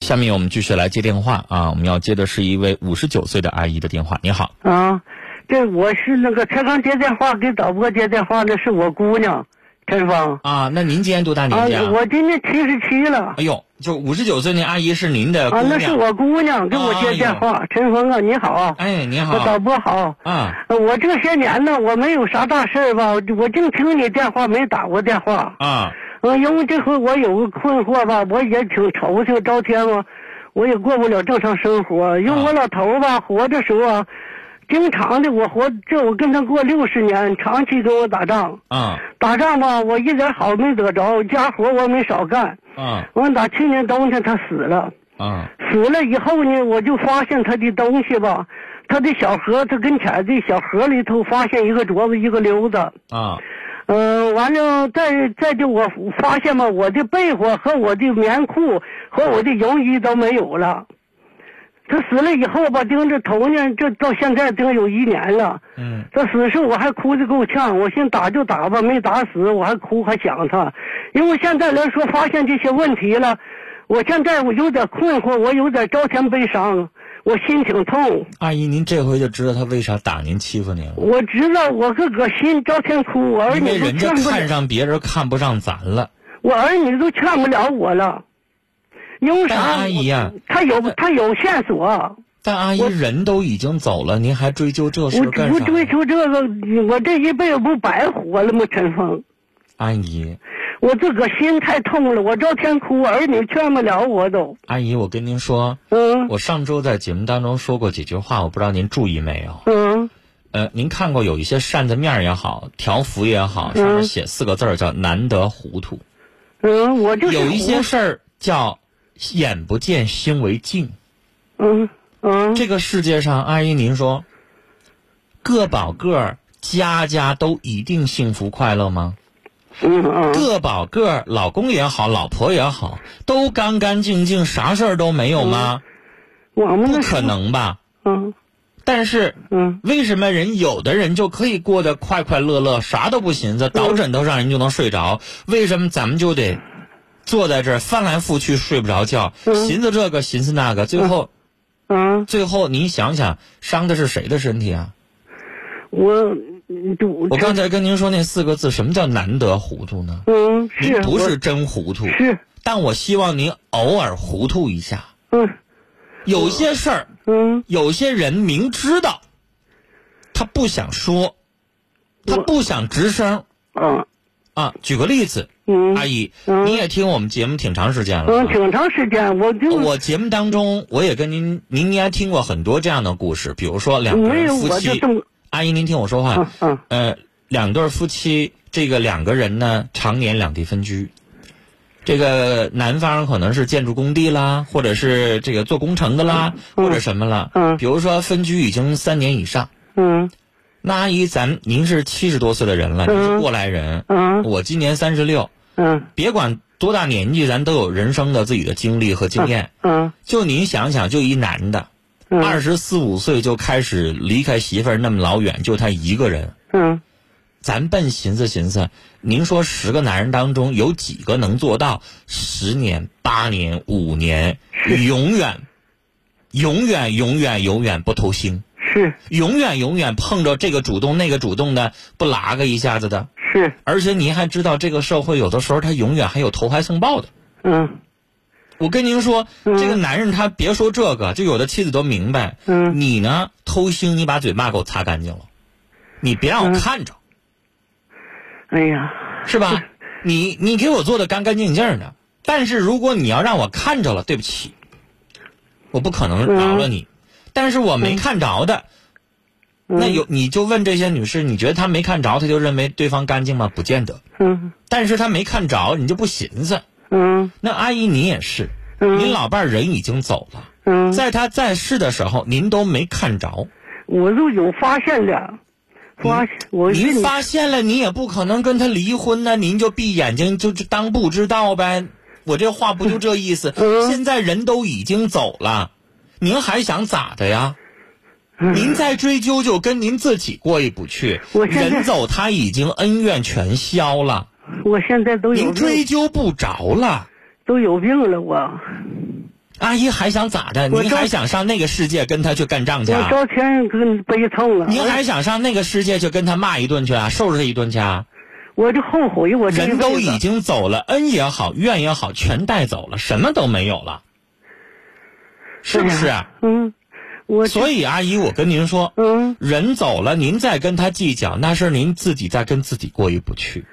下面我们继续来接电话啊，我们要接的是一位五十九岁的阿姨的电话。你好，啊，对，我是那个才刚接电话给导播接电话的是我姑娘陈芳啊，那您今年多大啊年纪啊？，我今年七十七了哎呦，就五十九岁那阿姨是您的姑啊，那是娘。啊我姑娘给我接电话，陈芳啊，你好，哎，您我好导播好。啊呃我这些年呢，我没有啥大事儿吧，我净听你电话，没打过电话。啊嗯，因为这回我有个困惑吧，我也挺愁挺着天嘛，我也过不了正常生活。因为我老头儿吧，活的时候啊，经常的我活这我跟他过六十年，长期跟我打仗，啊打仗吧我一点好没得着，家活我没少干。啊完打去年冬天他死了，啊死了以后呢，我就发现他的东西吧，他的小盒，他跟前的小盒里头发现一个镯子，一个溜子。啊嗯、完了，再再就我发现吧，我的被窝和我的棉裤和我的泳衣都没有了。他死了以后吧，盯着头呢，这到现在盯有一年了。嗯他死时候我还哭得够呛，我寻打就打吧，没打死，我还哭还想他，因为现在来说发现这些问题了，我现在我有点困惑，我有点朝天悲伤，我心挺痛。阿姨，您这回就知道他为啥打您欺负您了，我知道我个个心朝天哭，我儿因为人女都家劝不了看上别人看不上咱啊了。我儿女都劝不了我了，因为啥？但阿姨呀、他有他有线索，但阿姨我人都已经走了，您还追究这事我儿干不啥？追求这个，我这一辈子不白活了吗？陈峰，阿姨，我自个心太痛了，我朝天哭，儿女劝不了我都，阿姨，我跟您说， 嗯我上周在节目当中说过几句话，我不知道您注意没有？嗯呃，您看过有一些扇子面儿也好，条幅也好，上面嗯写四个字儿叫“难得糊涂嗯，我”，就是有一些胡事儿叫“眼不见心为净”。嗯嗯这个世界上，阿姨您说，个保个儿家家都一定幸福快乐吗？嗯嗯个保个儿，老公也好，老婆也好，都干干净净，啥事儿都没有吗？我们不那可能吧？嗯但是嗯为什么人有的人就可以过得快快乐乐，啥都不寻思，倒枕头上人就能睡着？为什么咱们就得坐在这儿翻来覆去睡不着觉，嗯寻思这个寻思那个？最后，嗯，最后您想想，伤的是谁的身体啊？我我我刚才跟您说那四个字，什么叫难得糊涂呢？嗯您是不我是真糊涂，是但我希望您偶尔糊涂一下。嗯有些事儿，嗯有些人明知道，他不想说，他我不想吱声嗯啊。举个例子，嗯阿姨，嗯你也听我们节目挺长时间了嗯，啊。挺长时间，我就我节目当中，我也跟您，您应该听过很多这样的故事，比如说两个没人有夫嗯我就妻这，么阿姨您听我说嗯话，嗯。呃，两对儿夫妻，这个两个人呢，常年两地分居。这个男方可能是建筑工地啦，或者是这个做工程的啦，嗯或者什么啦。嗯比如说分居已经三年以上，嗯那阿姨咱您是七十多岁的人了，您是嗯过来人，嗯我今年三十六，嗯别管多大年纪，咱都有人生的自己的经历和经验。嗯就您想想，就一男的，嗯二十四五岁就开始离开媳妇儿那么老远，就他一个人。嗯咱笨寻思寻思，您说十个男人当中有几个能做到十年、八年、五年，永远、永远、永远、永远不偷腥，是永远、永远碰着这个主动那个主动的不拉个一下子的？是而且您还知道，这个社会有的时候他永远还有投怀送抱的。嗯我跟您说，嗯这个男人他别说这个，就有的妻子都明白，嗯你呢偷腥，你把嘴巴给我擦干净了，你别让我嗯看着。哎呀是吧？你你给我做的干干净净的，但是如果你要让我看着了，对不起，我不可能饶了你。但是我没看着的，嗯那有你就问这些女士，你觉得她没看着，她就认为对方干净吗？不见得。嗯但是她没看着，你就不寻思。嗯那阿姨你也是，您嗯老伴儿人已经走了，嗯，在她在世的时候，您都没看着，我都有发现了，发现我您发现了，你也不可能跟他离婚呢、您就闭眼睛就就当不知道呗。我这话不就这意思？嗯现在人都已经走了，您还想咋的呀？您再追究就跟您自己过意不去。嗯我现在人走他已经恩怨全消了，我现在都有您追病，究不着了。都有病了我，阿姨还想咋的？我您着还想上那个世界跟他去干仗去我啊？招天跟悲痛了，您还想上那个世界去跟他骂一顿去啊？收拾他一顿去啊？我就后悔，我这一人都辈子已经走了，恩也好，怨也好，全带走了，什么都没有了，是不是？啊嗯，我所以阿姨，我跟您说，嗯，人走了，您再跟他计较，那是您自己在跟自己过意不去。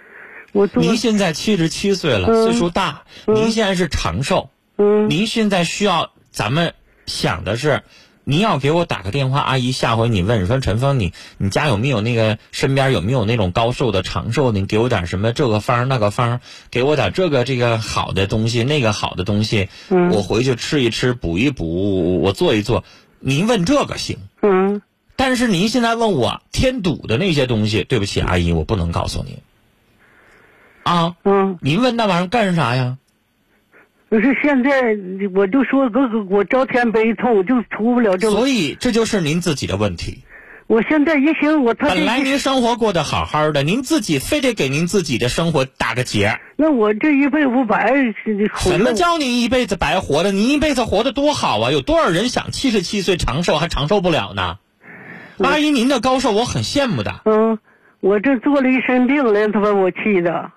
我做您现在七十七岁了，嗯岁数大，您现在是长寿，嗯您现在需要咱们想的是，您要给我打个电话，阿姨，下回你问你说陈峰，你你家有没有那个身边有没有那种高寿的长寿的？你给我点什么这个方儿那个方儿，给我点这个这个好的东西，那个好的东西，嗯我回去吃一吃，补一补，我做一做。您问这个行，嗯但是您现在问我添堵的那些东西，对不起，阿姨，我不能告诉您。啊，嗯，您问那玩意儿干啥呀？可是现在我就说哥哥，我招天悲痛，就出不了这个。所以这就是您自己的问题。我现在一寻我他这本来您生活过得好好的，您自己非得给您自己的生活打个结。那我这一辈子白什毁了么我。叫您一辈子白活的？您一辈子活得多好啊！有多少人想七十七岁长寿还长寿不了呢？阿姨，您的高寿我很羡慕的，嗯，我这做了一身病来，他把我气的。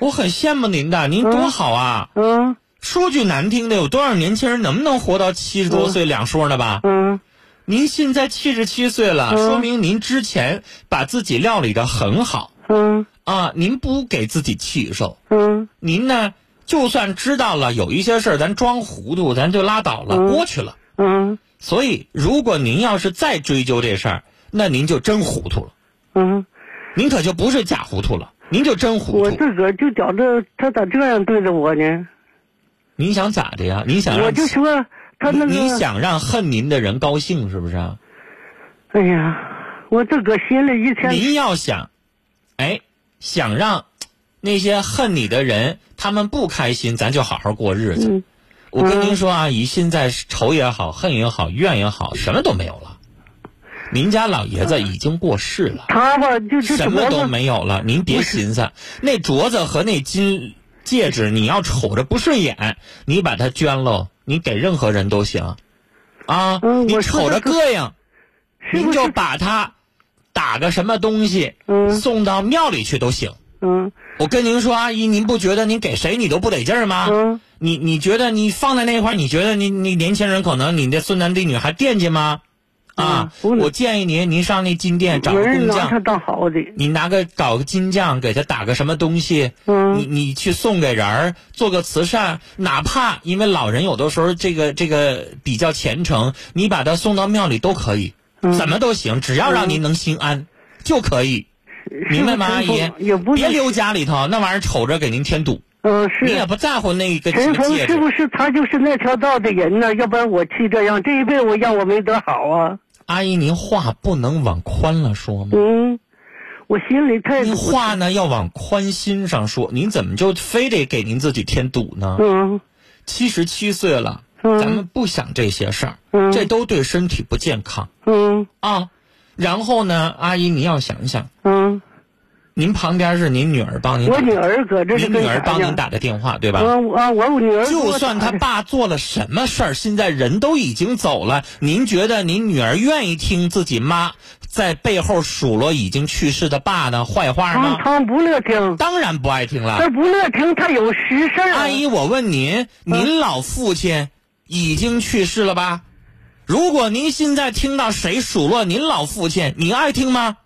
我很羡慕您的，您多好啊！嗯说句难听的，有多少年轻人能不能活到七十多岁两说呢吧？嗯您现在七十七岁了，嗯说明您之前把自己料理的很好嗯啊，您不给自己气受。嗯您呢，就算知道了有一些事儿，咱装糊涂，咱就拉倒了，嗯过去了。嗯所以，如果您要是再追究这事儿，那您就真糊涂了，嗯，您可就不是假糊涂了，您就真糊我涂。自个儿就觉着他咋这样对着我呢？您想咋的呀？您想我让就说他那个，您您想让恨您的人高兴是不是啊？哎呀，我自个儿心里一天，您要想，哎，想让那些恨你的人他们不开心，咱就好好过日子。嗯我跟您说，阿姨，现在是仇也好，恨也好，怨也好，什么都没有了。您家老爷子已经过世了，他吧就就什怎么都么没有了。您别寻思，那镯子和那金戒指，你要瞅着不顺眼，你把它捐喽，你给任何人都行，啊，嗯你我说瞅着的膈应，是您不？就是把它打个什么东西嗯送到庙里去都行。嗯我跟您说，阿姨，您不觉得您给谁你都不得劲儿吗？嗯你你觉得你放在那块儿，你觉得你你年轻人可能你的孙男弟女还惦记吗？啊，嗯我建议您，您上那金店找有个嗯工人拿他匠，当好的，你拿个搞个金匠给他打个什么东西，你嗯你去送给人儿，做个慈善，哪怕因为老人有的时候这个这个比较虔诚，你把他送到庙里都可以，嗯怎么都行，只要让您能心安就可以，明白吗，阿是不是姨不？也不是别留家里头，那玩意儿瞅着给您添堵，嗯你也是。不在乎那个什陈么峰戒是指。不是他就是那条道的人呢？要不然我气这样，这一辈子我让我没得好啊。阿姨，您话不能往宽了说吗？嗯，我心里太您话呢要往宽心上说，您怎么就非得给您自己添堵呢？嗯七十七岁了，嗯咱们不想这些事儿，嗯这都对身体不健康嗯啊。然后呢，阿姨，您要想一想，嗯，您旁边是您女儿帮您打我，女儿搁这是您跟女儿啥帮呀嗯您打的电话对吧？我我我女儿就算他爸做了什么事儿，现在人都已经走了，您觉得您女儿愿意听自己妈在背后数落已经去世的爸的坏话他吗？他不乐听，当然不爱听了他。不乐听，他有实事儿。啊阿姨，我问您，您老父亲已经去世了吧？如果您现在听到谁数落您老父亲，你爱听吗？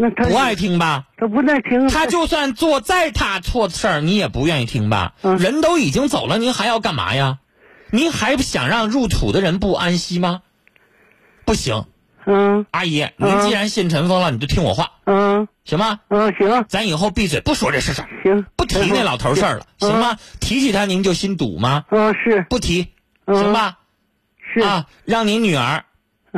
那他不爱，听吧？他不爱听， 他就算做再大错事儿，你也不愿意听吧？嗯人都已经走了，您还要干嘛呀？您还不想让入土的人不安息吗？不行，嗯阿姨，您既然信陈峰了，你就听我话，嗯行吗？嗯，行咱以后闭嘴，不说这事儿，行，不提那老头事儿了，嗯行吗？提起他您就心堵吗？嗯是不提，嗯行吧？是啊，让您女儿，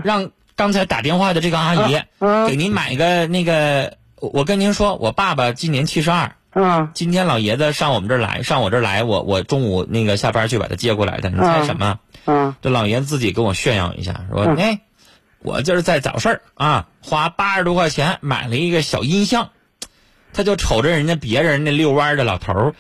让刚才打电话的这个阿姨，嗯给您买个那个，我我跟您说，我爸爸今年七十二。嗯今天老爷子上我们这儿来，上我这儿来，我我中午那个下班去把他接过来的。你猜什么？嗯这老爷子自己跟我炫耀一下，说：“嗯哎，我这是在找事儿啊，花八十多块钱买了一个小音箱。”他就瞅着人家别人那遛弯儿的老头儿，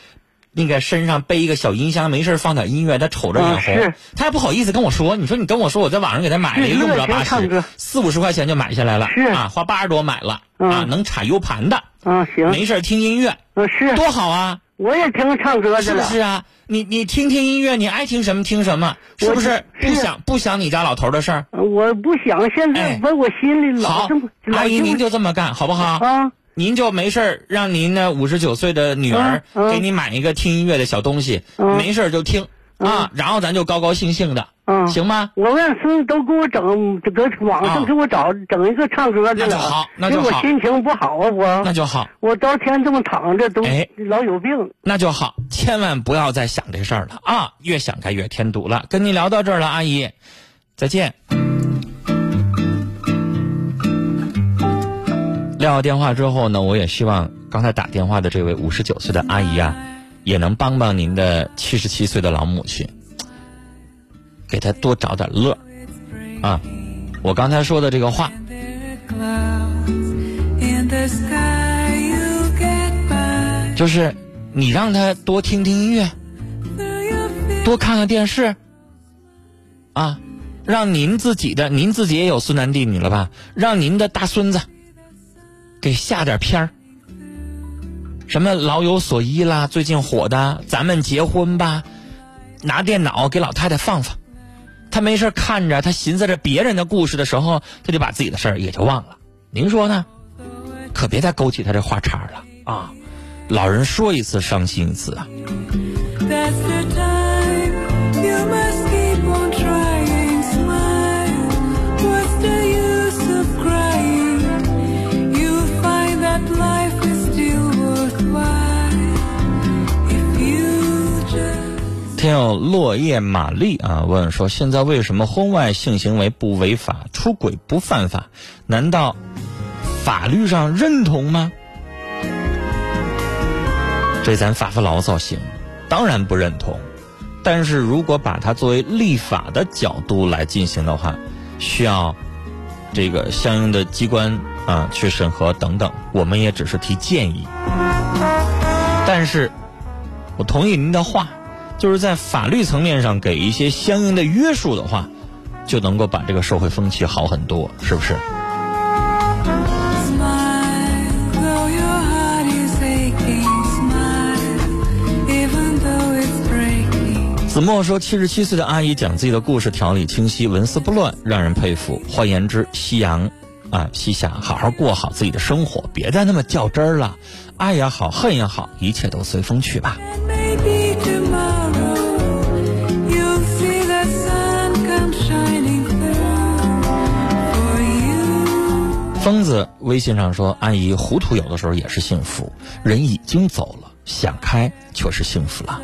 那个身上背一个小音箱，没事儿放点音乐，他瞅着眼啊红是，他还不好意思跟我说。你说你跟我说，我在网上给他买了一是个，用不乐着天八唱十歌，四五十块钱就买下来了，是啊，花八十多买了嗯啊，能插 U 盘的，啊，行，没事儿听音乐，啊是，多好啊，我也听唱歌去是不了，是啊？你你听听音乐，你爱听什么听什么，是不是？是不想不想你家老头儿的事儿。呃我不想，现在哎把我心里老好这么，，老阿姨这么您就这么干好不好？啊，您就没事儿让您呢五十九岁的女儿嗯嗯给你买一个听音乐的小东西，嗯没事儿就听啊，然后咱就高高兴兴的，嗯行吗？我让孙子都给我整，这个网啊上给我找整一个唱歌去那就了，好那因就为我好心情不好啊，那我就好，我昨天这么躺着都哎老有病。那就好，千万不要再想这事儿了啊！越想该越添堵了。跟您聊到这儿了，阿姨，再见。撂下电话之后呢，我也希望刚才打电话的这位五十九岁的阿姨啊，也能帮帮您的七十七岁的老母亲，给她多找点乐儿啊。我刚才说的这个话， There are clouds in the sky. You get by. 就是你让她多听听音乐， Do you feel 多看看电视，啊，让您自己的，您自己也有孙男弟女了吧？让您的大孙子给下点片儿，什么《老有所依》啦，最近火的《咱们结婚吧》，拿电脑给老太太放放，她没事儿看着，她寻思着别人的故事的时候，她就把自己的事儿也就忘了。您说呢？可别再勾起她这话茬儿了啊！老人说一次伤心一次啊。 that's the time? You must keep on trying. Smile. What's the use of crying? You'll find that life is still worthwhile if you just. 听友落叶玛丽啊问说：现在为什么婚外性行为不违法，出轨不犯法？难道法律上认同吗？这咱发发牢骚行，当然不认同。但是如果把它作为立法的角度来进行的话，需要这个相应的机关啊去审核等等。我们也只是提建议，但是我同意您的话，就是在法律层面上给一些相应的约束的话，就能够把这个社会风气好很多，是不是？ Smile, though your heart is aching. Smile, even though it's breaking. 子墨说，七十七岁的阿姨讲自己的故事，条理清晰，纹丝不乱，让人佩服。换言之，夕阳啊，西霞，好好过好自己的生活，别再那么较真儿了。爱也好，恨也好，一切都随风去吧。 And maybe tomorrow you'll see the sun come shining through for you. 疯子微信上说：“阿姨，糊涂有的时候也是幸福，人已经走了，想开就是幸福了。”